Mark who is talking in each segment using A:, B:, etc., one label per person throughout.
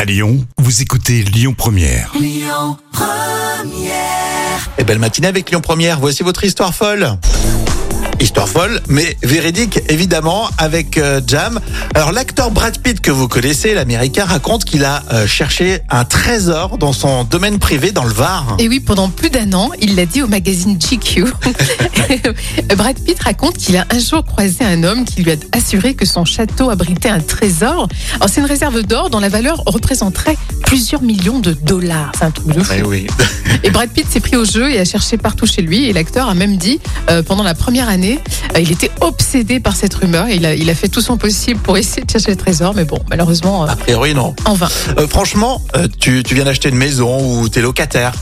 A: À Lyon, vous écoutez Lyon Première.
B: Et belle matinée avec Lyon Première. Voici votre histoire folle. Histoire folle, mais véridique, évidemment, avec euh, Jam. Alors, l'acteur Brad Pitt que vous connaissez, l'américain, raconte qu'il a euh, cherché un trésor dans son domaine privé dans le Var.
C: Et oui, pendant plus d'un an, il l'a dit au magazine GQ. Brad Pitt raconte qu'il a un jour croisé un homme qui lui a assuré que son château abritait un trésor. Alors, c'est une réserve d'or dont la valeur représenterait plusieurs millions de dollars. C'est un truc de fou.
B: Eh oui.
C: Et Brad Pitt s'est pris au jeu et a cherché partout chez lui. Et l'acteur a même dit, euh, pendant la première année, euh, il était obsédé par cette rumeur. Il a, il a fait tout son possible pour essayer de chercher le trésor. Mais bon, malheureusement, euh,
B: A priori, non.
C: en vain.
B: Euh, franchement, euh, tu, tu viens d'acheter une maison ou t'es locataire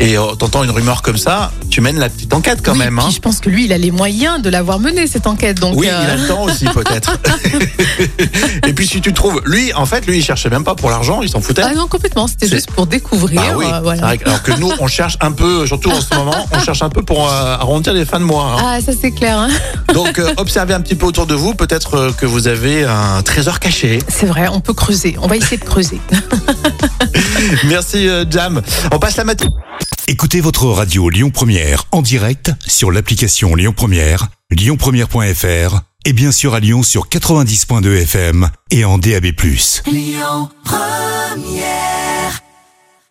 B: et euh, t'entends une rumeur comme ça, tu mènes la petite enquête quand
C: Oui,
B: même.
C: puis
B: hein.
C: je pense que lui, il a les moyens de l'avoir menée, cette enquête. Donc,
B: Oui,
C: euh,
B: il a le temps aussi peut-être. et puis si tu trouves, lui, en fait, lui, il cherchait même pas pour l'argent, il s'en foutait.
C: Ah non, complètement. C'était
B: C'est-
C: juste pour découvrir.
B: Ah oui,
C: euh,
B: c'est
C: voilà.
B: vrai que- alors que nous, on cherche un peu, surtout en ce moment, on cherche un peu pour euh, arrondir les fins de mois. hein.
C: Ah, ça c'est clair. hein.
B: Donc, euh, observez un petit peu autour de vous, peut-être euh, que vous avez un trésor caché.
C: C'est vrai, on peut creuser. On va essayer de creuser.
B: Merci, euh, Jam. On passe la matinée.
A: Écoutez votre radio Lyon Première en direct sur l'application Lyon Première, lyonpremière.fr et bien sûr à Lyon sur 90.2 FM et en DAB+.